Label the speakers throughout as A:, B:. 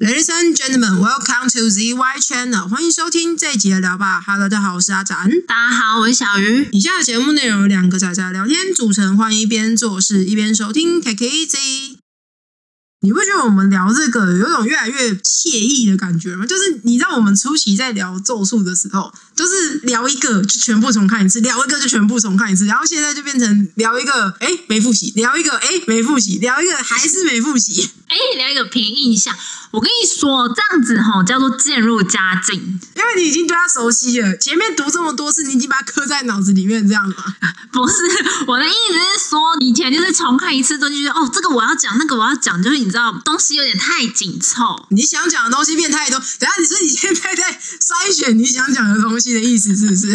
A: Ladies and gentlemen, welcome to ZY Channel，欢迎收听这一集的聊吧。Hello，大家好，我是阿展。
B: 大家好，我是小鱼。
A: 以下的节目内容由两个仔仔聊天组成，欢迎一边做事一边收听，Take it easy。你不觉得我们聊这个有种越来越惬意的感觉吗？就是你知道我们初期在聊咒术的时候，就是聊一个就全部重看一次，聊一个就全部重看一次，然后现在就变成聊一个哎没复习，聊一个哎没复习，聊一个还是没复习。
B: 哎，聊一个凭印象。我跟你说，这样子吼叫做渐入佳境。
A: 因为你已经对他熟悉了，前面读这么多次，你已经把它刻在脑子里面，这样吗？
B: 不是我的意思是说，以前就是重看一次之后就觉得哦，这个我要讲，那个我要讲，就是你知道东西有点太紧凑。
A: 你想讲的东西变太多，等下你是你现在在筛选你想讲的东西的意思，是不是？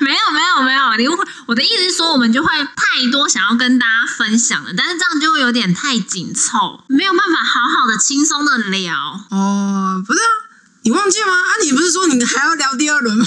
B: 没有没有没有，你误会。我的意思是说，我们就会太多想要跟大家分享了，但是这样就会有点太紧凑，没有办法好好的轻松的聊。
A: 哦，不是啊，你忘记吗？啊，你不是说你还要聊第二轮吗？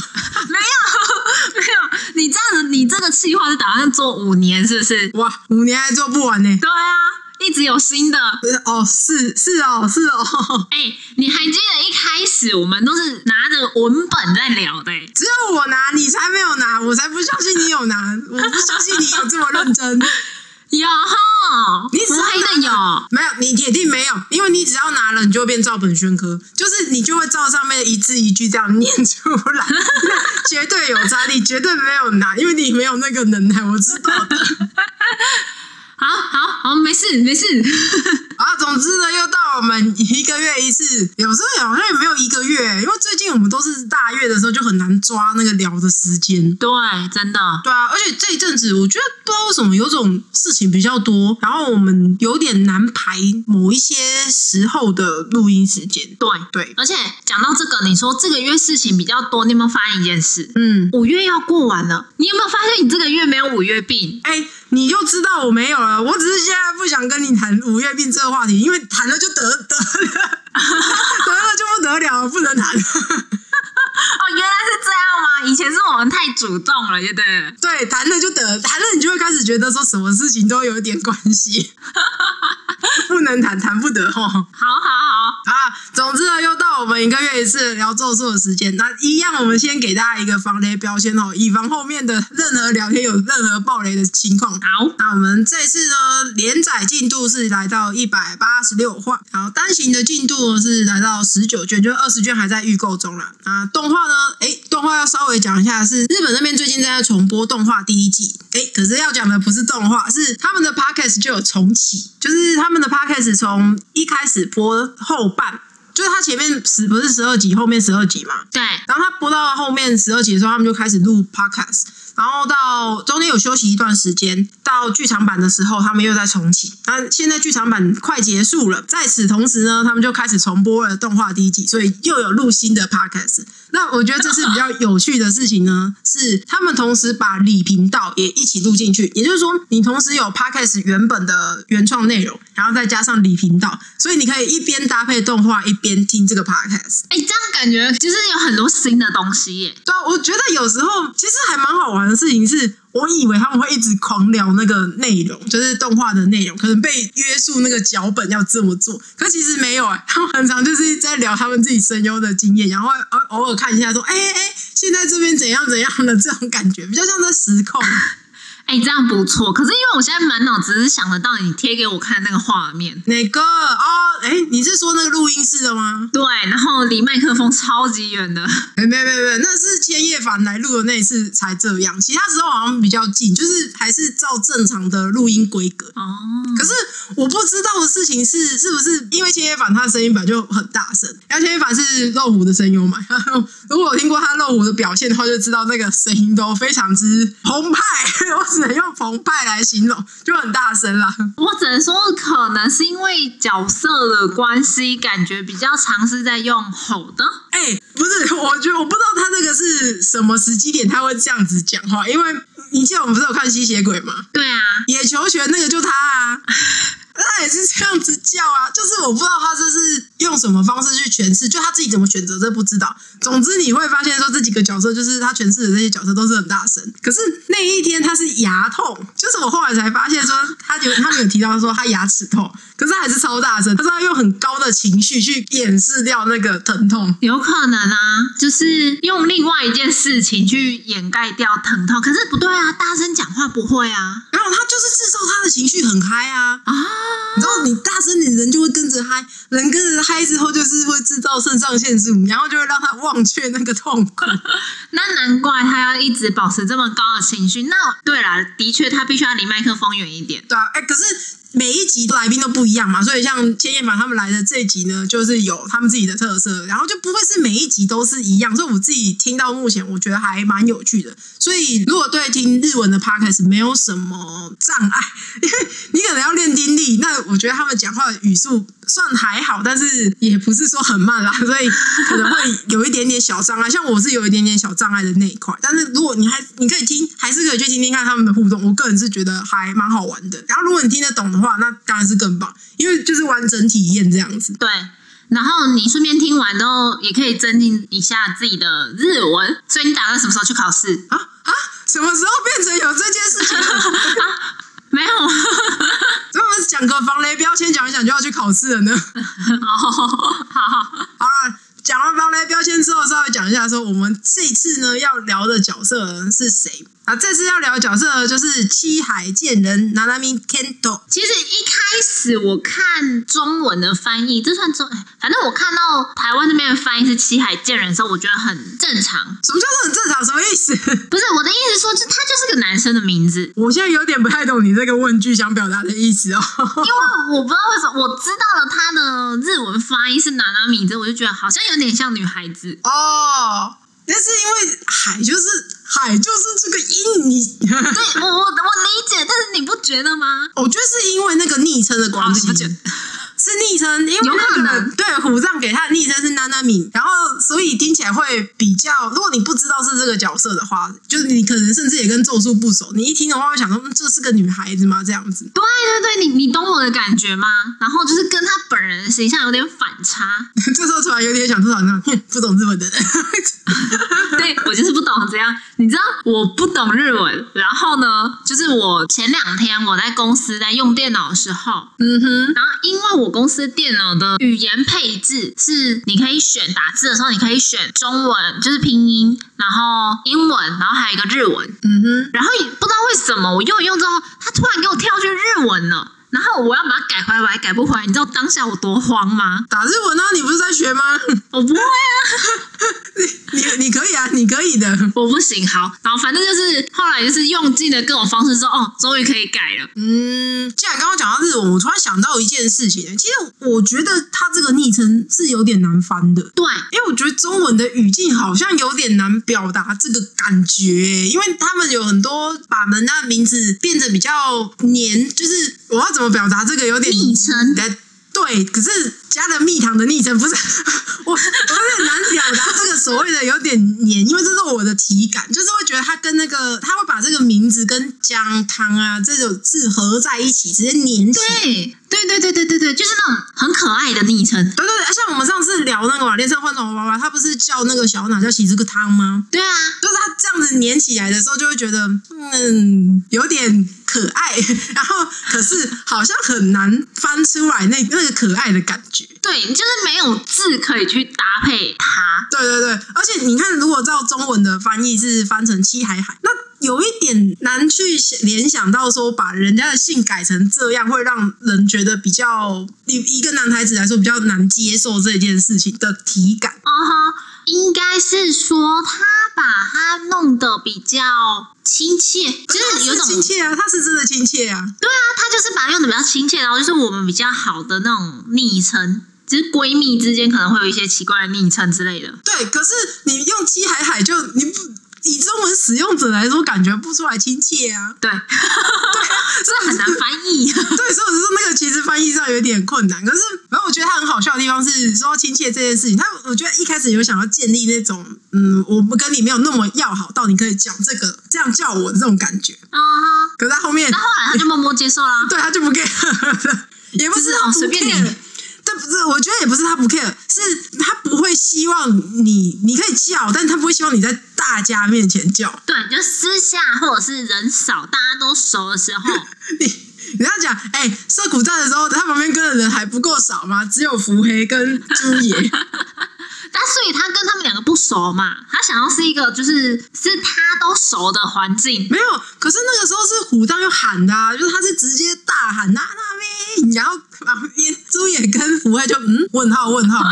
B: 没有没有，你这样子，你这个计划是打算做五年是不是？
A: 哇，五年还做不完呢、
B: 对啊，一直有新的。
A: 不是哦，是是哦，是哦，
B: 哎、你还记得一开始我们都是拿着文本在聊的、欸？
A: 只有我拿，你才没有拿，我才不相信你有拿，我不相信你有这么认真。
B: 有吼，
A: 你只
B: 我
A: 要
B: 黑的
A: 拿了
B: 有，
A: 没有？你铁定没有，因为你只要拿了，你就会变照本宣科，就是你就会照上面一字一句这样念出来，那绝对有差，你绝对没有拿，因为你没有那个能耐，我知道啊的。
B: 好好好，没事没事。
A: 啊，总之呢，又到我们一个月一次，有时候好像也没有一个月，因为最近我们都是大月的时候，就很难抓那个聊的时间。
B: 对，真的，
A: 对啊，而且这一阵子我觉得不知道为什么有种事情比较多，然后我们有点难排某一些时候的录音时间。
B: 对。
A: 对，
B: 而且讲到这个，你说这个月事情比较多，你有没有发现一件事？
A: 嗯，
B: 五月要过完了，你有没有发现你这个月没有五月病？
A: 哎、你就知道我没有了，我只是现在不想跟你谈五月病这个话题，因为谈了就得得了， 得了就不得了，不能谈。
B: 哦，原来是这样吗？以前是我们太主动了，对不对？
A: 对，谈了就得，谈了你就会开始觉得说什么事情都有一点关系， 不能谈，谈不得哦。
B: 好好好，
A: 啊，总之呢，又到我们一个月一次聊咒术的时间。那一样，我们先给大家一个防雷标签哦，以防后面的任何聊天有任何爆雷的情况。
B: 好，
A: 那我们这次呢，连载进度是来到一百八十六话，然后单行的进度是来到十九卷，就二十卷还在预购中啦。那动画呢？诶，动画要稍微讲一下，是日本那边最近正在重播动画第一季。诶，可是要讲的不是动画，是他们的 podcast 就有重启，就是他们的 podcast 从一开始播后半。就是它前面十不是十二集，后面十二集嘛，
B: 对，哎
A: 然后他播到后面十二集的时候，他们就开始录 podcast，然后到中间有休息一段时间，到剧场版的时候，他们又在重启。那现在剧场版快结束了，在此同时呢，他们就开始重播了动画第一季，所以又有录新的 podcast。那我觉得这次比较有趣的事情呢，是他们同时把李频道也一起录进去，也就是说，你同时有 podcast 原本的原创内容，然后再加上李频道，所以你可以一边搭配动画，一边听这个 podcast。
B: 哎，这样感觉就是有很多新的东西耶。
A: 对啊，我觉得有时候其实还蛮好玩的事情是，我以为他们会一直狂聊那个内容，就是动画的内容，可能被约束那个脚本要这么做，可其实没有哎、 他们很常就是在聊他们自己声优的经验，然后呃偶偶尔看一下说，哎哎哎，现在这边怎样怎样的这种感觉，比较像在实 控。
B: 哎、这样不错。可是因为我现在满脑子是想得到你贴给我看那个画面，
A: 哪个哦，哎，你是说那个录音室的吗？
B: 对，然后离麦克风超级远的，
A: 哎，没有没有没有，那是千叶凡来录的那一次才这样，其他时候好像比较近，就是还是照正常的录音规格。
B: 哦，
A: 可是我不知道的事情是，是不是因为千叶凡他的声音本来就很大声，然后千叶凡是肉虎的声优嘛？然后 如果有听过他肉虎的表现的话，就知道那个声音都非常之澎湃， 我只能用澎湃来形容，就很大声啦。
B: 我只能说可能是因为角色的关系，感觉比较常是在用吼的。
A: 哎、不是，我觉得我不知道他这个是什么时机点他会这样子讲话，因为你记得我们不是有看吸血鬼吗？
B: 对啊，
A: 野球拳那个就他啊，他也是这样子叫啊，就是我不知道他这是用什么方式去诠释，就他自己怎么选择这不知道。总之你会发现说这几个角色就是他诠释的这些角色都是很大声，可是那一天他是牙痛，就是我后来才发现说他有他们有提到说他牙齿痛，可是还是超大声，他是要用很高的情绪去掩饰掉那个疼痛。
B: 有可能啊，就是用另外一件事情去掩盖掉疼痛，可是不对啊，大声讲话不会啊
A: 然后他就是制造他的情绪很嗨啊，
B: 啊，
A: 你知道你大声，你人就会跟着嗨，人跟着嗨之后就是会制造肾上腺素，然后就会让他忘却那个痛苦。
B: 那难怪他要一直保持这么高的情绪。那对啦，的确他必须要离麦克风远一点。
A: 对啊，哎、可是每一集来宾都不一样嘛，所以像千叶凡他们来的这一集呢，就是有他们自己的特色，然后就不会是每一集都是一样。所以我自己听到目前，我觉得还蛮有趣的。所以如果对听日文的 podcast 没有什么障碍，因为你可能要练听力，那我觉得他们讲话的语速算还好，但是也不是说很慢啦，所以可能会有一点点小障碍。像我是有一点点小障碍的那一块，但是如果你还你可以听，还是可以去听听看他们的互动，我个人是觉得还蛮好玩的。然后如果你听得懂的话，那当然是更棒，因为就是完整体验这样子。
B: 对，然后你顺便听完之后，也可以增进一下自己的日文。所以你打算什么时候去考试？
A: 啊啊！什么时候变成有这件事情了？
B: 没有，
A: 怎么讲个防雷标签，讲一讲就要去考试了呢？
B: 哦，好，
A: 好啦，讲完防雷标签之后，稍微讲一下说我们这一次呢要聊的角色是谁啊？这次要聊的角色就是七海健人 Nanami Kento。
B: 其实一开始我看中文的翻译，这算中，反正我看到台湾那边的翻译是七海健人的时候，我觉得很正常。
A: 什么叫做很正常？什么意思？
B: 不是我的意思说，就他就是个男生的名字，
A: 我现在有点不太懂你这个问句想表达的意思哦。
B: 因为我不知道为什么，我知道了他的日文发音是娜娜米之后，我就觉得好像有点像女孩子。
A: 哦，那是因为海就是海就是这个音， 你
B: 对我我我理解，但是你不觉得吗？
A: 我觉得是因为那个昵称的关
B: 哦你
A: 系
B: 不觉得。
A: 是昵称，因为
B: 有
A: 那
B: 可
A: 个
B: 能
A: 对虎杖给他的昵称是娜娜米，然后所以听起来会比较，如果你不知道是这个角色的话，就是你可能甚至也跟咒术不熟，你一听的话会想说，嗯，这是个女孩子吗？这样子，
B: 对对对，你你懂我的感觉吗？然后就是跟他本人的形象有点反差，
A: 这时候突然有点想吐槽那种哼不懂日文的人，
B: 对我就是不懂这样。你知道我不懂日文，然后呢，就是我前两天我在公司在用电脑的时候，
A: 嗯哼，
B: 然后因为我公司电脑的语言配置是你可以选打字的时候，你可以选中文就是拼音，然后英文，然后还有一个日文，
A: 嗯哼，
B: 然后也不知道为什么，我用一用之后，它突然给我跳去日文了。然后我要把它改回来，我还改不回来。你知道当下我多慌吗？
A: 打日文呢、啊你不是在学吗？
B: 我不会啊，
A: 你你可以啊，你可以的，
B: 我不行。好，然后反正就是后来就是用尽了各种方式之后，哦，终于可以改了。
A: 嗯，既然刚刚讲到日文，我突然想到一件事情，其实我觉得他这个昵称是有点难翻的。
B: 对，
A: 因为我觉得中文的语境好像有点难表达这个感觉，因为他们有很多把人家的名字变得比较黏，就是我要怎么表达这个有点
B: 昵称
A: 哎对，可是加了蜜糖的昵称不是我，我有点难表达这个所谓的有点黏，因为这是我的体感，就是会觉得它跟那个他会把这个名字跟姜汤啊这种字合在一起，直接黏起来
B: 对，对，对，对，对，对，对，就是那种很可爱的昵称。
A: 对对对，像我们上次聊那个嘛，恋上换种娃娃，他不是叫那个小娜叫洗这个汤吗？
B: 对啊，
A: 就是他这样子粘起来的时候，就会觉得嗯有点可爱， 然后可是好像很难翻出来那那个可爱的感觉。
B: 对，就是没有字可以去搭配它。
A: 对对对，而且你看，如果照中文的翻译是翻成七海海，那有一点难去联想到说把人家的姓改成这样，会让人觉得比较一一个男孩子来说比较难接受这件事情的体感。
B: 哦哈，应该是说他把它弄得比较亲切，就是有
A: 他亲
B: 种
A: 切啊，他是真的亲切啊。
B: 对啊，他就是把它用的比较亲切，然后就是我们比较好的那种昵称，就是闺蜜之间可能会有一些奇怪的昵称之类的。
A: 对，可是你用七海海就你不以中文使用者来说，感觉不出来亲切 啊。
B: 对，这很难翻译。
A: 对，所以我就说那个其实翻译上有点困难。可是，然后我觉得他很好笑的地方是说到亲切这件事情，他我觉得一开始有想要建立那种嗯，我们跟你没有那么要好到你可以讲这个这样叫我的这种感觉。
B: 啊哈，
A: 可是他后面
B: 那后来他就默默接受啦。
A: 对他就不 care，了也不是
B: 就是
A: 他
B: 哦
A: 不
B: 随便你
A: care。但不是，我觉得也不是他不 care，是他不会希望你，你可以叫，但他不会希望你在大家面前叫。
B: 对，就私下或者是人少、大家都熟的时候，
A: 你你要讲，哎、涩谷站的时候，他旁边跟的人还不够少吗？只有福黑跟朱野，
B: 但所以他跟他们两个不熟嘛，他想要是一个就是是他都熟的环境，
A: 没有。可是那个时候是虎杖又喊的、啊，就是他是直接大喊那那边，然后旁边朱野跟福黑就嗯问号问号，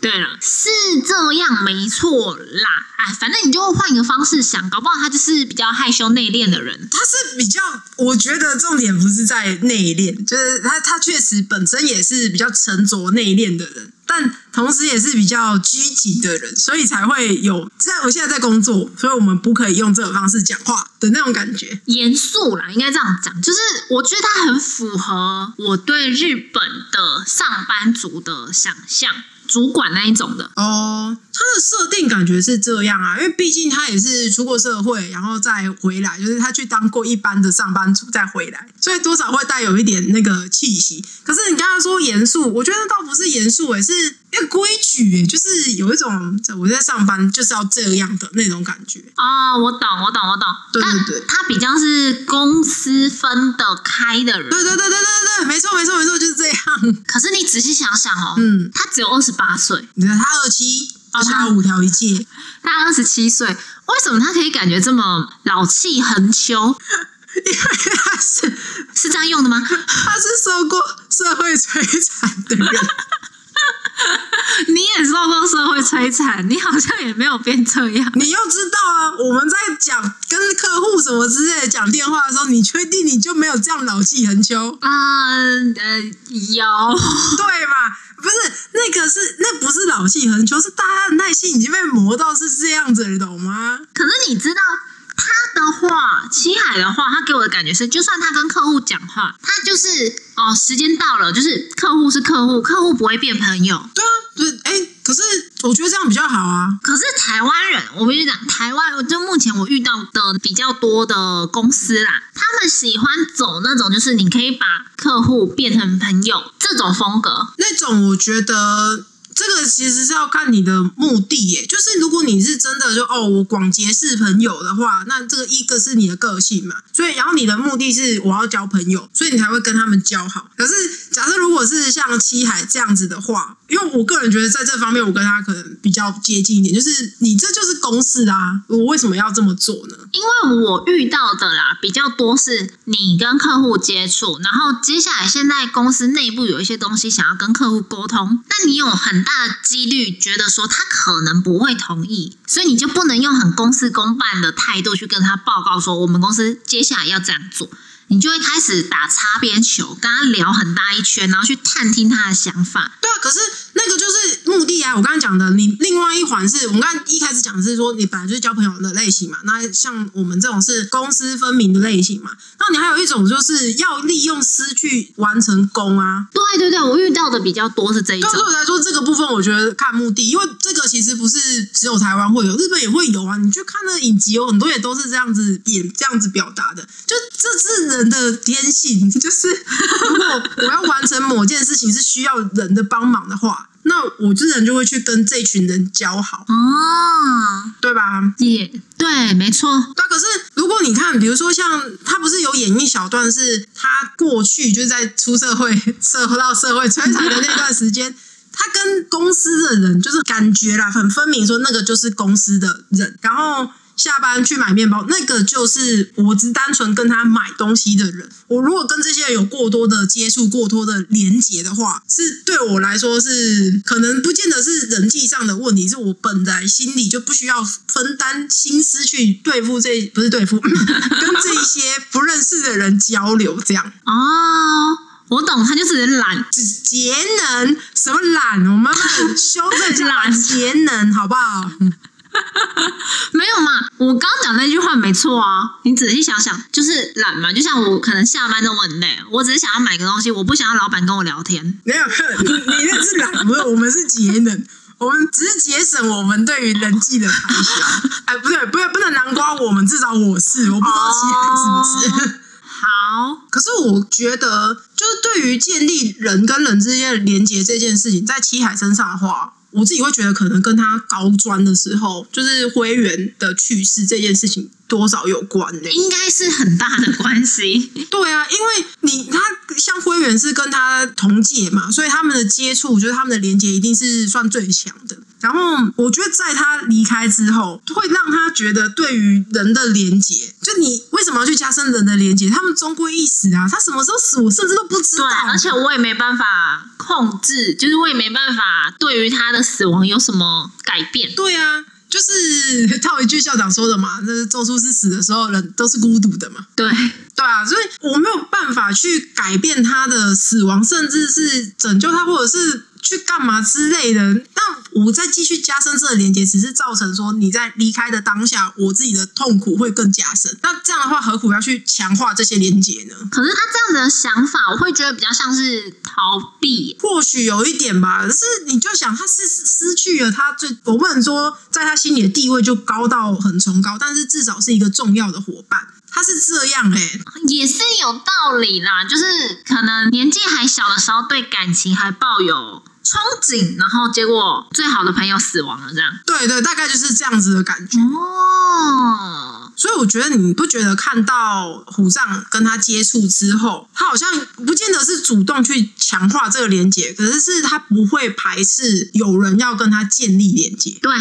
B: 对了，是这样没错啦。哎，反正你就换一个方式想，搞不好他就是比较害羞内敛的人。
A: 他是比较，我觉得重点不是在内敛，就是他他确实本身也是比较沉着内敛的人，但同时也是比较积极的人，所以才会有。在我现在在工作，所以我们不可以用这种方式讲话的那种感觉。
B: 严肃啦，应该这样讲，就是我觉得他很符合我对日本的上班族的想象，主管那一种的。
A: 哦，他的设定感觉是这样啊，因为毕竟他也是出过社会，然后再回来，就是他去当过一般的上班族再回来，所以多少会带有一点那个气息。可是你刚刚说严肃，我觉得倒不是严肃、欸，是一个规矩、欸，就是有一种我在上班就是要这样的那种感觉。
B: 哦，我懂，我懂，我懂。
A: 对对
B: 但
A: 对
B: 他比较是公司分得开的
A: 对
B: 人。
A: 对对对对对，没错没错没错，就是这样。
B: 可是你仔细想想哦，
A: 嗯，
B: 他只有二十八岁，
A: 你看他二七，
B: 哦
A: 就
B: 他
A: 差五条一届，
B: 他二十七岁，为什么他可以感觉这么老气横秋？
A: 因为他是
B: 是这样用的 吗？
A: 他是受过社会摧残的人。
B: 你也受过社会摧残，你好像也没有变这样。？
A: 你要知道啊，我们在讲跟客户什么之类的讲电话的时候，你确定你就没有这样老气横秋
B: 啊、
A: 嗯
B: 呃，有。
A: 对嘛？不是那个是那不是老气横秋，是大家的耐心已经被磨到是这样子了，懂吗？
B: 可是你知道他的话，七海的话，他给我的感觉是，就算他跟客户讲话，他就是哦，时间到了，就是客户是客户，客户不会变朋友。
A: 对啊，对，哎，可是我觉得这样比较好啊。
B: 可是台湾人，我跟你讲，台湾就目前我遇到的比较多的公司啦，他们喜欢走那种就是你可以把客户变成朋友这种风格。
A: 那种我觉得这个其实是要看你的目的耶，就是如果你是真的就哦，我广结识朋友的话，那这个一个是你的个性嘛，所以然后你的目的是我要交朋友，所以你才会跟他们交好。可是假设如果是像七海这样子的话，因为我个人觉得在这方面我跟他可能比较接近一点，就是你这就是公式啊，我为什么要这么做呢？
B: 因为我遇到的啦比较多是你跟客户接触，然后接下来现在公司内部有一些东西想要跟客户沟通，那你有很大的几率觉得说他可能不会同意，所以你就不能用很公事公办的态度去跟他报告说我们公司接下来要这样做。你就会开始打擦边球，跟他聊很大一圈，然后去探听他的想法。
A: 对啊，可是那个就是目的啊！我刚才讲的，你另外一环是我们刚才一开始讲的是说，你本来就是交朋友的类型嘛。那像我们这种是公私分明的类型嘛。那你还有一种就是要利用私去完成公啊。
B: 对对对，我遇到的比较多是这一
A: 对
B: 种。
A: 对我来说，这个部分我觉得看目的，因为这个其实不是只有台湾会有，日本也会有啊。你去看那影集，有很多也都是这样子演、这样子表达的。就这是人的天性， 就是如果我要完成某件事情是需要人的帮忙的话，那我自然就会去跟这群人交好，
B: 哦，
A: 对吧？
B: 也对，没错。
A: 对啊，可是如果你看，比如说像他不是有演一小段，是他过去就是在出社会、 社到社会摧残的那段时间，他跟公司的人就是感觉啦，很分明说那个就是公司的人，然后。下班去买面包，那个就是我只单纯跟他买东西的人。我如果跟这些人有过多的接触、过多的连接的话，是对我来说是可能不见得是人际上的问题，是我本来心里就不需要分担心思去对付这不是对付 跟这一些不认识的人交流，这样
B: 哦，我懂，他就只是懒。
A: 只节能什么懒，我慢慢修正一下吧
B: 懒
A: 节能好不好？
B: 没有嘛，我刚讲那句话没错啊。你仔细想想，就是懒嘛。就像我可能下班都很累，我只是想要买个东西，我不想要老板跟我聊天。
A: 没有，你你那是懒，不是我们是节能，我们只是节省我们对于人际的开销。 哎，不对，不对，不能南瓜我们，至少我是，我不知道其他人是不是。
B: 好，
A: 可是我觉得，就是对于建立人跟人之间的连接这件事情，在七海身上的话，我自己会觉得，可能跟他高专的时候，就是灰原的去世这件事情多少有关呢、
B: 应该是很大的关系。
A: 对啊，因为你他像灰原是跟他同届嘛，所以他们的接触就是他们的连接一定是算最强的。然后我觉得在他离开之后，会让他觉得对于人的连接，就你为什么要去加深人的连接？他们终归一死啊，他什么时候死我甚至都不知道
B: 对。，啊而且我也没办法控制，就是我也没办法对于他的死亡有什么改变。
A: 对啊，就是 套一句校长说的嘛，就是咒术师死的时候，人都是孤独的嘛。
B: 对，
A: 对啊，所以我没有办法去改变他的死亡，甚至是拯救他，或者是去干嘛之类的。那我再继续加深这个连接，只是造成说你在离开的当下，我自己的痛苦会更加深。那这样的话，何苦要去强化这些连接呢？
B: 可是他这样子的想法，我会觉得比较像是逃避。
A: 或许有一点吧，可是你就想他是失去了他最，我不能说在他心里的地位就高到很崇高，但是至少是一个重要的伙伴。他是这样哎、
B: 也是有道理啦，就是可能年纪还小的时候对感情还抱有憧憬，然后结果最好的朋友死亡了这样。
A: 对对，大概就是这样子的感觉。
B: 哦，
A: 所以我觉得你不觉得看到虎杖跟他接触之后，他好像不见得是主动去强化这个连接，可是是他不会排斥有人要跟他建立连接。
B: 对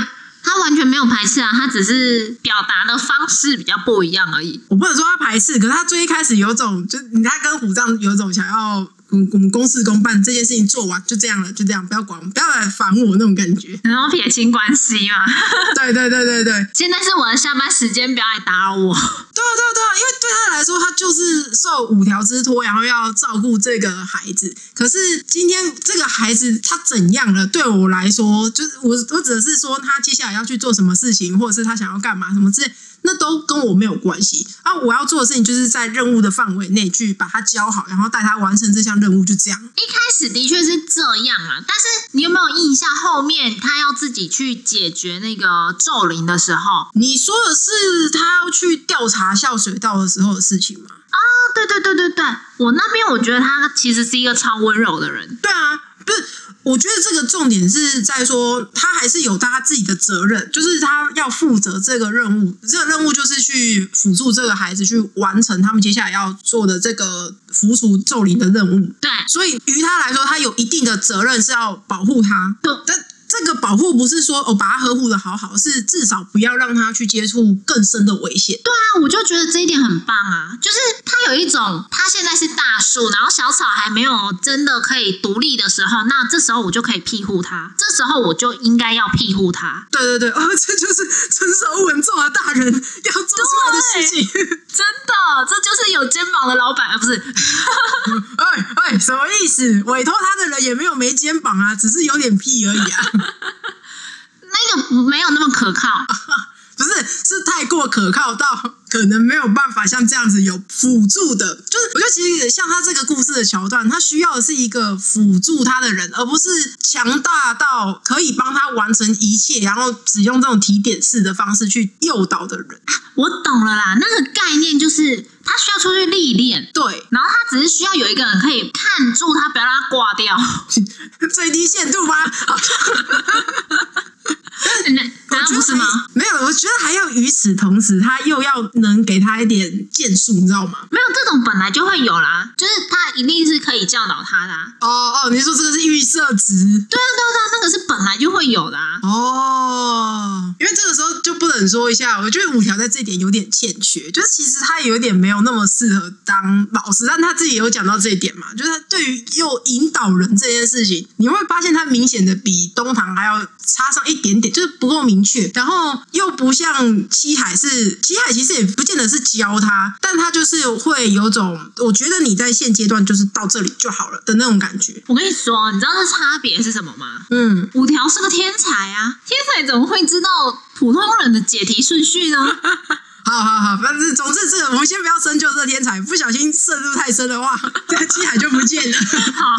B: 他完全没有排斥啊，他只是表达的方式比较不一样而已。。
A: 我不能说他排斥，可是他最一开始有种，就你他跟虎杖有种想要。嗯，我们公事公办这件事情做完就这样了，就这样，不要管我，不要来烦我那种感觉
B: 然后撇清关系嘛，
A: 对对对对对，对啊对啊
B: 现在是我的下班时间，不要来打扰我。
A: 对啊，因为对他来说，他就是受五条之托，然后要照顾这个孩子。可是今天这个孩子他怎样了？对我来说，就是我我只是说他接下来要去做什么事情，或者是他想要干嘛什么之类，那都跟我没有关系。啊，我要做的事情就是在任务的范围内去把他教好，然后带他完成这项任务，就这样。
B: 一开始的确是这样啊，但是你有没有印象？后面他要自己去解决那个咒灵的时候，
A: 你说的是他要去调查下水道的时候的事情吗？
B: 对对对对对，我那边我觉得他其实是一个超温柔的人，
A: 对啊，不是，我觉得这个重点是在说，他还是有他自己的责任，就是他要负责这个任务。这个任务就是去辅助这个孩子去完成他们接下来要做的这个服除咒灵的任务。
B: 对
A: 所以，于他来说，他有一定的责任是要保护他。
B: 对
A: 但这个保护不是说哦把他呵护的好好，是至少不要让他去接触更深的危险。
B: 对啊，我就觉得这一点很棒啊，就是他有一种他现在是大树，然后小草还没有真的可以独立的时候，那这时候我就可以庇护他，这时候我就应该要庇护他，
A: 对对对，哦，这就是成熟稳重的大人要做出来的事情。
B: 真的，这就是有肩膀的老板啊，不是？
A: 哎哎，什么意思？委托他的人也没有没肩膀啊，只是有点屁而已啊，
B: 那个没有那么可靠，
A: 不是是太过可靠到可能没有办法像这样子有辅助的，就是我觉得其实像他这个故事的桥段，他需要的是一个辅助他的人，而不是强大到可以帮他完成一切，然后只用这种提点式的方式去诱导的人。
B: 我懂了啦，那个概念就是他需要出去历练。
A: 对，
B: 然后他只是需要有一个人可以看住他，不要让他挂掉。
A: 最低限度吗？好
B: 难道不是吗？？
A: 没有，我觉得还要与此同时，他又要能给他一点建树，你知道吗？
B: 没有这种本来就会有啦，就是他一定是可以教导他的、啊。
A: 哦哦，你说这个是预设值
B: 对啊，对啊，对啊，那个是本来就会有的、啊。
A: 哦，因为这个时候就不能说一下，我觉得五条在这一点有点欠缺，就是其实他有点没有那么适合当老师，但他自己有讲到这一点嘛，就是他对于又引导人这件事情，你会发现他明显的比东堂还要差上一点点，就是不够明确，然后又不像七海是七海，其实也不见得是教他，但他就是会有种我觉得你在现阶段就是到这里就好了的那种感觉，
B: 我跟你说，你知道这差别是什么吗？
A: 嗯。
B: 五条是个天才啊，天才怎么会知道普通人的解题顺序呢？
A: 好好好，反正总之这个我们先不要深究这个天才，不小心摄入太深的话， 这个七海就不 见了。
B: 好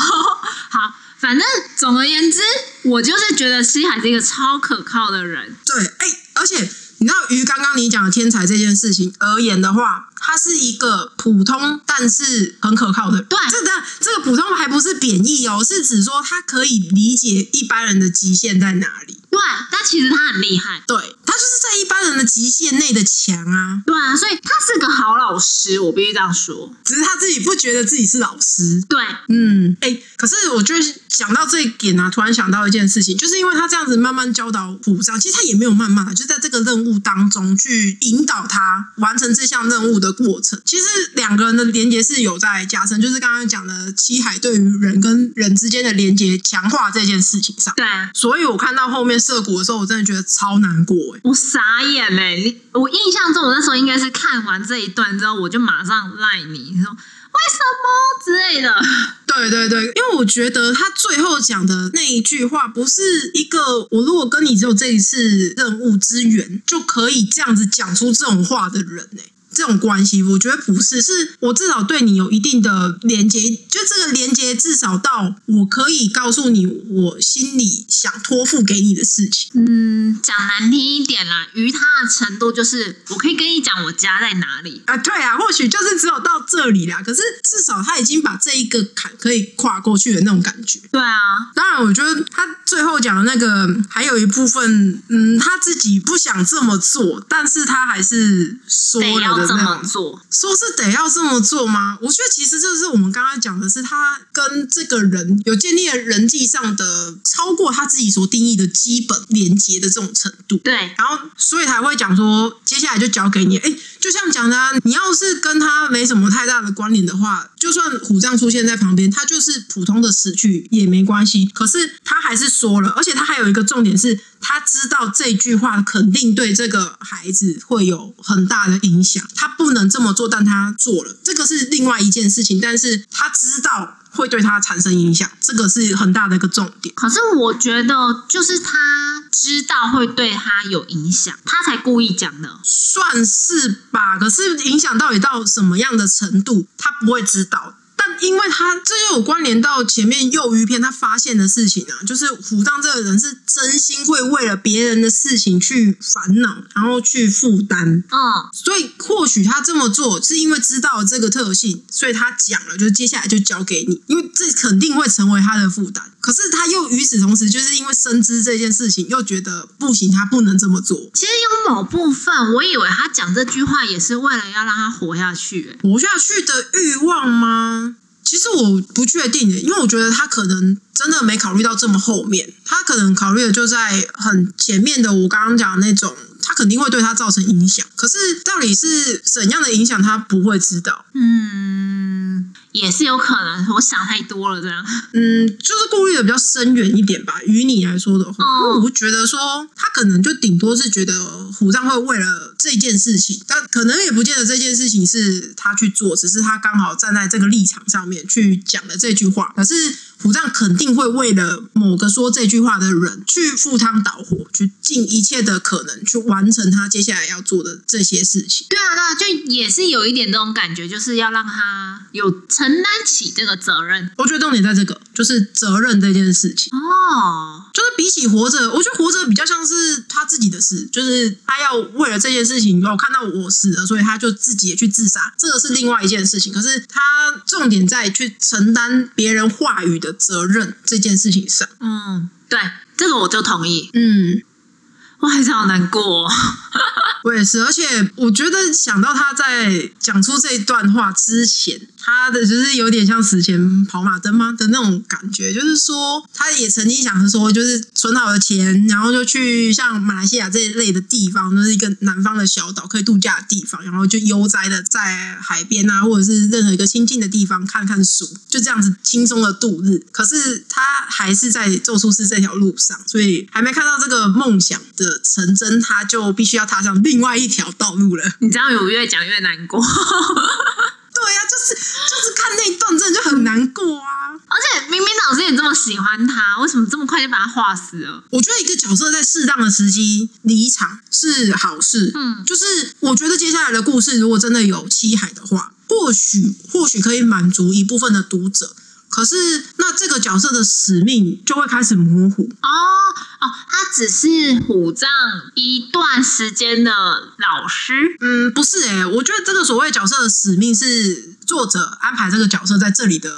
B: 好，反正总而言之，我就是觉得七海是一个超可靠的人。
A: 对，哎、而且你知道，于刚刚你讲的天才这件事情而言的话，他是一个普通但是很可靠的人。
B: 对
A: 这个这个普通还不是贬义哦，是指说他可以理解一般人的极限在哪里。
B: 对，但其实他很厉害。
A: 对他就是在一般人的极限内的强啊，
B: 对啊，所以他是个好老师，我必须这样说。
A: 只是他自己不觉得自己是老师。
B: 对，
A: 嗯，哎、可是我就是想到这一点啊，突然想到一件事情，就是因为他这样子慢慢教导虎杖，其实他也没有慢慢啊，就在这个任务当中去引导他完成这项任务的过程。其实两个人的连接是有在加深，就是刚刚讲的七海对于人跟人之间的连接强化这件事情上。
B: 对啊，
A: 所以我看到后面涉谷的时候，我真的觉得超难过哎、
B: 我傻眼哎、你我印象中我那时候应该是看完这一段之后，我就马上赖你说为什么之类的。
A: 对对对，因为我觉得他最后讲的那一句话，不是一个我如果跟你只有这一次任务之缘，就可以这样子讲出这种话的人呢、这种关系，我觉得不是，是我至少对你有一定的连接，就这个连接至少到我可以告诉你我心里想托付给你的事情。
B: 嗯，讲难听一点啦，于他的程度就是我可以跟你讲我家在哪里。
A: 啊，对啊，或许就是只有到这里啦。可是至少他已经把这一个坎可以跨过去的那种感觉。
B: 对啊，
A: 当然，我觉得他最后讲的那个还有一部分，嗯，他自己不想这么做，但是他还是说
B: 得
A: 了
B: 要
A: 的
B: 这
A: 那
B: 么
A: 种。
B: 做。
A: 说是得要这么做吗？我觉得其实就是我们刚刚讲的是，他跟这个人有建立了人际上的超过他自己所定义的基本连接的这种程度。
B: 对
A: 然后所以才会讲说，接下来就交给你。哎，就像讲的、啊，你要是跟他没什么太大的关联的话，就算虎杖出现在旁边，他就是普通的死去也没关系。可是他还是说了，而且他还有一个重点是，他知道这句话肯定对这个孩子会有很大的影响，他不能这么做，但他做了，这个是另外一件事情。但是他知道会对他产生影响，这个是很大的一个重点。
B: 可是我觉得就是他知道会对他有影响，他才故意讲的。
A: 算是吧，可是影响到底到什么样的程度，他不会知道。但因为他这就有关联到前面幼鱼片他发现的事情啊，就是虎杖这个人是真心会为了别人的事情去烦恼，然后去负担。
B: 嗯，
A: 所以或许他这么做是因为知道了这个特性，所以他讲了，就是接下来就交给你，因为这肯定会成为他的负担。可是他又与此同时，就是因为深知这件事情，又觉得不行，他不能这么做。
B: 其实有某部分，我以为他讲这句话也是为了要让他活下去、欸。
A: 活下去的欲望吗？其实我不确定耶，因为我觉得他可能真的没考虑到这么后面，他可能考虑的就在很前面的我刚刚讲的那种，他肯定会对他造成影响。可是到底是怎样的影响，他不会知道。
B: 嗯，也是有可能，我想太多了这样。
A: 嗯，就是顾虑的比较深远一点吧。于你来说的话，因为
B: 哦
A: 我觉得说他可能就顶多是觉得虎杖会为了这件事情，但可能也不见得这件事情是他去做，只是他刚好站在这个立场上面去讲了这句话。可是虎杖肯定会为了某个说这句话的人去赴汤蹈火，去尽一切的可能去完成他接下来要做的这些事情。
B: 对啊，对啊，就也是有一点这种感觉，就是要让他有承担起这个责任。
A: 我觉得重点在这个，就是责任这件事情。
B: 哦，
A: 就是比起活着，我觉得活着比较像是他自己的事，就是他要为了这件事情，哦，看到我死了，所以他就自己也去自杀，这个是另外一件事情。可是他重点在去承担别人话语的责任这件事情上。
B: 嗯，对，这个我就同意。
A: 嗯，
B: 哇，还是好难过、哦。
A: 我也是，而且我觉得想到他在讲出这一段话之前，他的就是有点像死前跑马灯吗的那种感觉，就是说他也曾经想着说，就是存好了钱，然后就去像马来西亚这一类的地方，就是一个南方的小岛可以度假的地方，然后就悠哉的在海边啊，或者是任何一个清静的地方看看书，就这样子轻松的度日。可是他还是在咒术师这条路上，所以还没看到这个梦想的成真，他就必须要踏上另外一条道路了。
B: 你这样我越讲越难 过，
A: 对呀、啊就是就是看那一段真的就很难过啊。
B: 而且明明老师也这么喜欢他，为什么这么快就把他画死了？
A: 我觉得一个角色在适当的时机离场是好事。
B: 嗯
A: 就是我觉得接下来的故事如果真的有七海的话，或许或许可以满足一部分的读者。可是那这个角色的使命就会开始模糊。
B: 哦哦，他只是虎杖一段时间的老师，
A: 嗯，不是诶、我觉得这个所谓角色的使命是作者安排这个角色在这里的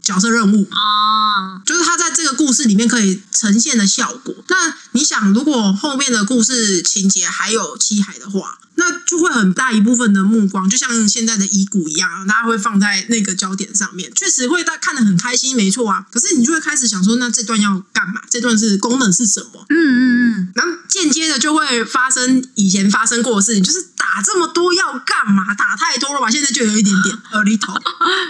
A: 角色任务。
B: 哦，
A: 就是他在这个故事里面可以呈现的效果。那你想，如果后面的故事情节还有七海的话，那就会很大一部分的目光，就像现在的遗骨一样，大家会放在那个焦点上面，确实会大看得很开心，没错啊。可是你就会开始想说，那这段要干嘛？这段是功能是什么？
B: 嗯嗯嗯，
A: 然后间接的就会发生以前发生过的事情，就是打这么多要干嘛？打太多了吧？现在就有一点点 a little。
B: 哦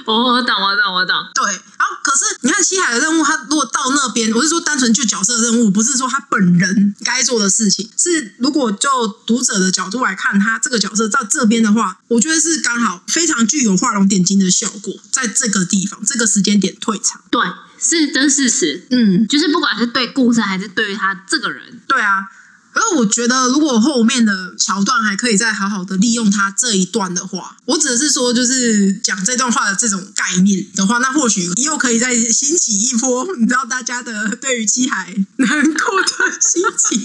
B: 我我懂我懂我懂，
A: 对，然后可是你看西海的任务，他如果到那边，我是说单纯就角色任务，不是说他本人该做的事情，是如果就读者的角度来看，他这个角色到这边的话，我觉得是刚好非常具有画龙点睛的效果，在这个地方这个时间点退场。
B: 对，是真事实，
A: 嗯，
B: 就是不管是对故事还是对于他这个人，
A: 对啊。而我觉得，如果后面的桥段还可以再好好的利用它这一段的话，我只是说，就是讲这段话的这种概念的话，那或许又可以再兴起一波，你知道大家的对于七海难过的心情。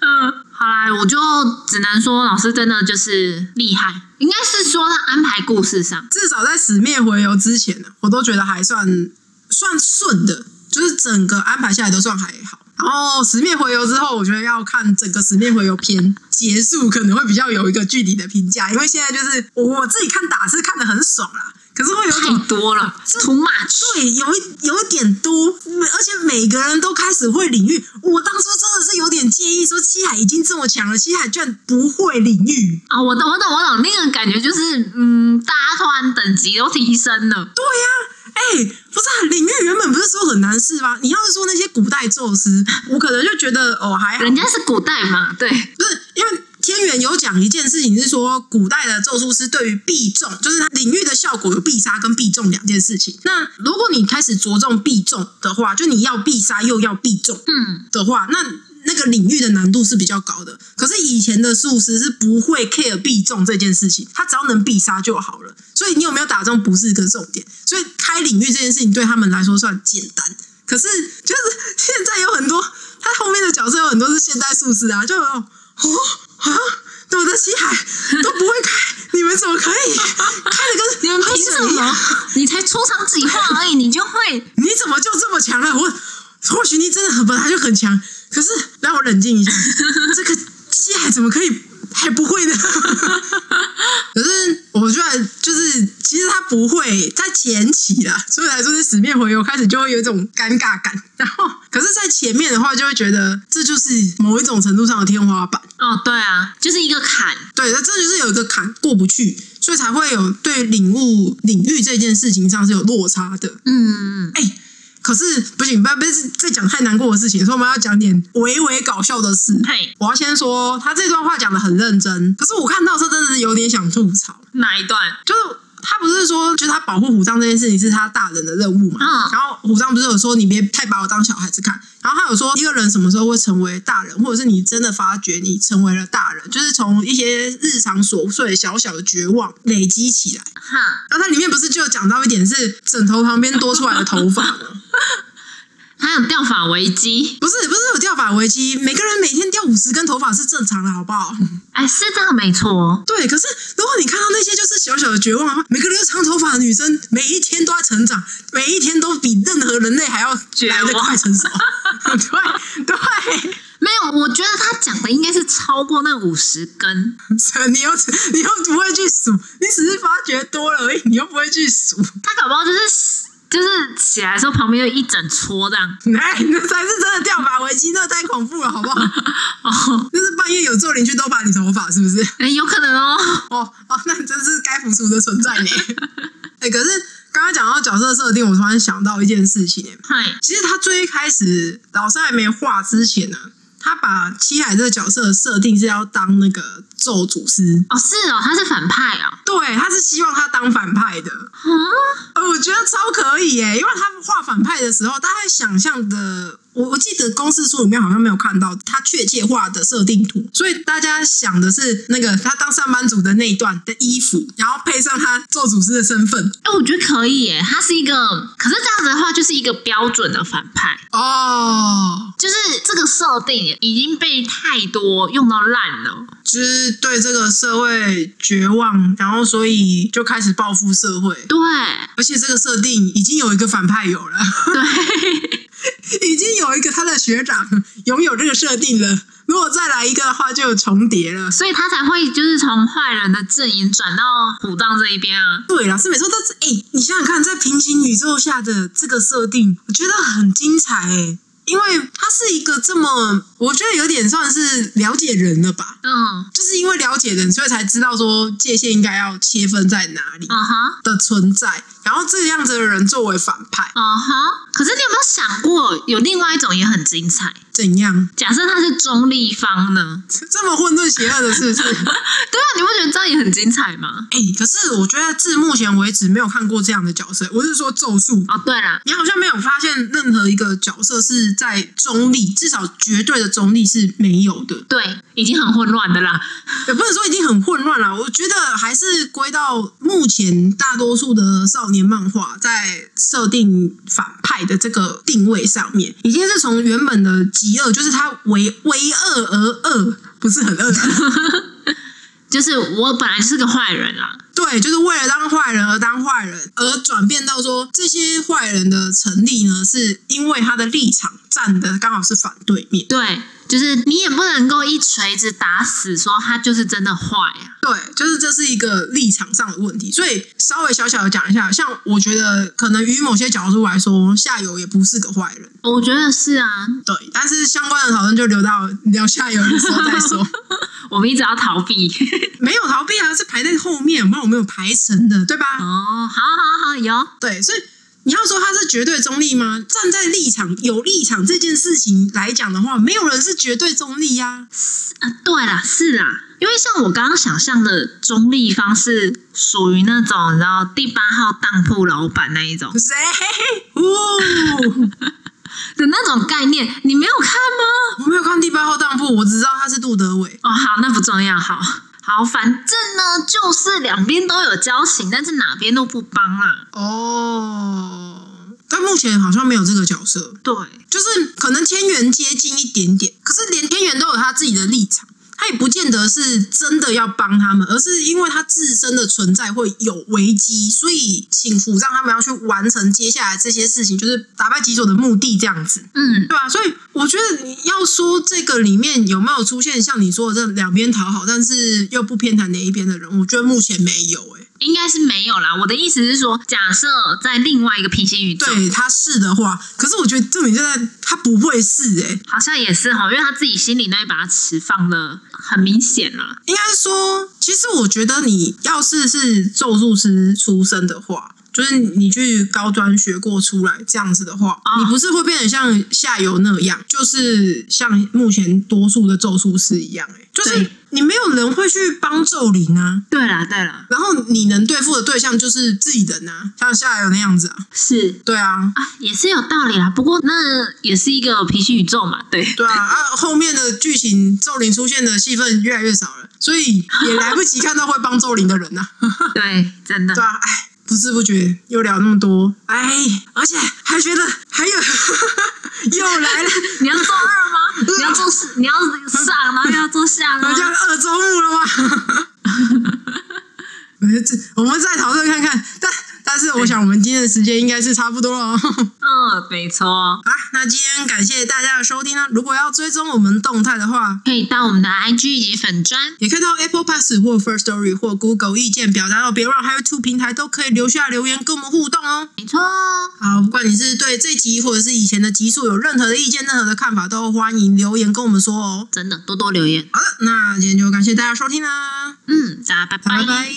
B: 嗯，好啦，我就只能说老师真的就是厉害，应该是说他安排故事上，
A: 至少在《死灭回游》之前呢，我都觉得还算算顺的，就是整个安排下来都算还好。然后《死灭回游》之后，我觉得要看整个《死灭回游》篇结束，可能会比较有一个具体的评价，因为现在就是我我自己看打是看得很爽啦，可是会有一
B: 太
A: 种。
B: 多了，too much，
A: 对，有一有一点多，嗯而且每个人都开始会领域。我当初真的是有点介意，说七海已经这么强了，七海居然不会领域。
B: 啊、我懂我懂我懂，那个感觉就是，嗯，大家突然等级都提升了，
A: 对呀、哎、不是、啊、领域原本不是说很难事吗？你要是说那些古代宙斯，我可能就觉得哦还好，
B: 人家是古代嘛，对，
A: 不是因为天元有讲一件事情是说，古代的咒术师对于必中，就是它领域的效果有必杀跟必中两件事情。那如果你开始着重必中的话，就你要必杀又要必中
B: 嗯，
A: 的话，那。那个领域的难度是比较高的，可是以前的术师是不会 care 必中这件事情，他只要能必杀就好了。所以你有没有打中不是一个重点，所以开领域这件事情对他们来说算简单。可是就是现在有很多，他后面的角色有很多是现代术士啊，就有哦啊，我的西 海都不会开，你们怎么可以开的跟
B: 你们凭
A: 海
B: 什
A: 水一
B: 么
A: 样？？
B: 你才出场几话而已，你就会
A: 你怎么就这么强了？我或许你真的很本来就很强，可是让我冷静 一下，这个西海怎么可以还不 会呢？可是我觉得就是，其实他不会在前期啦，所以来说是死面回游开始就会有一种尴尬感，然后可是在前面的话就会觉得这就是某一种程度上的天花板。
B: 哦，对啊，就是一个坎，
A: 对，那这就是有一个坎过不去，所以才会有对领悟领域这件事情上是有落差的。
B: 嗯，
A: 哎、可是不行，不不是在讲太难过的事情，所以我们要讲点微微搞笑的事。
B: 嘿，
A: 我要先说，他这段话讲的很认真，可是我看到这真的是有点想吐槽，
B: 哪一段？
A: 就是。他不是说，就是他保护虎杖这件事情是他大人的任务嘛？
B: 嗯
A: 然后虎杖不是有说你别太把我当小孩子看，然后他有说一个人什么时候会成为大人，或者是你真的发觉你成为了大人，就是从一些日常琐碎小小的绝望累积起来。
B: 哈，
A: 然后它里面不是就有讲到一点是枕头旁边多出来的头发吗？
B: 还有掉发危机，
A: 不是不是有掉发危机，每个人每天掉五十根头发是正常的，好不好？
B: 哎，是这样没错哦，
A: 对，可是如果你看到那些就是小小的绝望的话，每个留长头发的女生，每一天都在成长，每一天都比任何人类还要来的快成熟。对对，
B: 没有，我觉得他讲的应该是超过那五十根，
A: 你又你又不会去数，你只是发觉多了而已，你又不会去数。
B: 他搞不好就是就是起来的时候旁边有一整撮这样，
A: 哎，那才是真的掉发危机，那太恐怖了，好不好？
B: 哦，
A: 就是半夜有做邻居都把你头发，是不是？
B: 哎，有可能哦，
A: 哦哦，那你真是该服输的存在呢。哎、可是刚刚讲到角色设定，我突然想到一件事情、欸，
B: 嗨，
A: 其实他最一开始老师还没画之前呢、他把七海这个角色的设定是要当那个咒祖师，
B: 哦，是哦，他是反派哦，
A: 对，他是希望他当反派的。
B: 啊，
A: 呃，我觉得超可以耶、因为他画反派的时候，大家想象的我我记得公式书里面好像没有看到它确切化的设定图，所以大家想的是那个他当上班族的那一段的衣服，然后配上他咒诅师的身份。
B: 哎、我觉得可以耶，他是一个，可是这样子的话，就是一个标准的反派，
A: 哦，
B: 就是这个设定已经被太多用到烂了。
A: 就是对这个社会绝望，然后所以就开始报复社会。
B: 对
A: 而且这个设定已经有一个反派有了，
B: 对，
A: 已经有一个他的学长拥有这个设定了。如果再来一个的话，就有重叠了。
B: 所以他才会就是从坏人的阵营转到虎荡这一边啊。
A: 对啦，是没错，但是哎、你想想看，在平行宇宙下的这个设定，我觉得很精彩哎、因为它是一个这么，我觉得有点算是了解人了吧，
B: 嗯，
A: 就是因为了解人，所以才知道说界限应该要切分在哪里
B: 啊哈，
A: 的存在，然后这样子的人作为反派，
B: 啊哈。可是你有没有想过，有另外一种也很精彩？
A: 怎样？
B: 假设他是中立方呢？
A: 这么混沌邪恶的， 是不是？
B: 对啊，你不觉得这样也很精彩吗？
A: 哎、可是我觉得至目前为止没有看过这样的角色，我是说咒术。
B: 哦，对啦，
A: 你好像没有发现任何一个角色是在中立，至少绝对的中立是没有的。
B: 对，已经很混乱的啦。
A: 也不能说已经很混乱了，我觉得还是归到目前大多数的少年漫画在设定反派的这个定位上面，已经是从原本的极恶，就是他为为恶而恶，不是很恶的，啊
B: 就是我本来就是个坏人啦，
A: 对，就是为了当坏人而当坏人，而转变到说这些坏人的成立呢，是因为他的立场站的刚好是反对面。
B: 对，就是你也不能够一锤子打死，说他就是真的坏啊。
A: 对，就是这是一个立场上的问题，所以稍微小小的讲一下，像我觉得可能于某些角度来说，下游也不是个坏人，
B: 我觉得是啊，
A: 对，但是相关的讨论就留到聊下游的时候再说，
B: 我们一直要逃 避。
A: 没有逃避啊，是排在后面，不然我没有排成的，对吧？
B: 哦，好好好，有啊
A: 对，所以你要说他是绝对中立吗？站在立场有立场这件事情来讲的话，没有人是绝对中立呀、
B: 啊，对啦，是啦，因为像我刚刚想象的中立方是属于那种你知道第八号当铺老板那一种
A: 谁？哦，
B: 的那种概念，你没有看吗？
A: 我没有看第八号当铺，我只知道他是杜德伟。
B: 哦，好，那不重要，好好，反正呢就是两边都有交情，但是哪边都不帮啦。
A: 哦，但目前好像没有这个角色，
B: 对，
A: 就是可能天元接近一点点，可是连天元都有他自己的立场。他也不见得是真的要帮他们，而是因为他自身的存在会有危机，所以请虎让他们要去完成接下来这些事情，就是打败极左的目的这样子，
B: 嗯，
A: 对吧、啊所以我觉得你要说这个里面有没有出现像你说的这两边讨好，但是又不偏袒哪一边的人，我觉得目前没有、欸。
B: 应该是没有啦。我的意思是说，假设在另外一个平行宇宙，
A: 对他是的话，可是我觉得重点就在他不会是欸诶、
B: 好像也是哈，因为他自己心里那一把尺放的很明显啦。
A: 应该说，其实我觉得你要是是咒术师出身的话，就是你去高专学过出来这样子的话，
B: 啊
A: 你不是会变得像下游那样，就是像目前多数的咒术师一样、欸，就是
B: 对
A: 你没有人会去帮咒灵啊。
B: 对啦，对啦，
A: 然后你能对付的对象就是自己人啊，像下游那样子啊，
B: 是
A: 对啊，
B: 啊，也是有道理啦。不过那也是一个平行宇宙嘛，对。
A: 对啊，啊，后面的剧情咒灵出现的戏份越来越少了，所以也来不及看到会帮咒灵的人呐、啊。
B: 对，真的
A: 对啊，哎，不知不觉又聊那么多，哎，而且还觉得还有又来了，
B: 你要做 二吗？你要做四，你要上，然后又要做下吗
A: 我？叫二周目了吗？ 我们这我们再讨论看看，但但是我想我们今天的时间应该是差不多了哦。
B: 嗯，没错。
A: 啊，那今天感谢大家的收听呢。如果要追踪我们动态的话，
B: 可以到我们的 IG 以及粉砖，
A: 也可以到 Apple Pass 或 First Story 或 Google 意见表达到别忘，还有 Two 平台都可以留下留言跟我们互动哦。
B: 没错哦。
A: 好，不管你是对这集或者是以前的集数有任何的意见、任何的看法，都欢迎留言跟我们说哦。
B: 真的多多留言。
A: 好了，那今天就感谢大家收听啦，
B: 嗯，大家拜
A: 拜拜。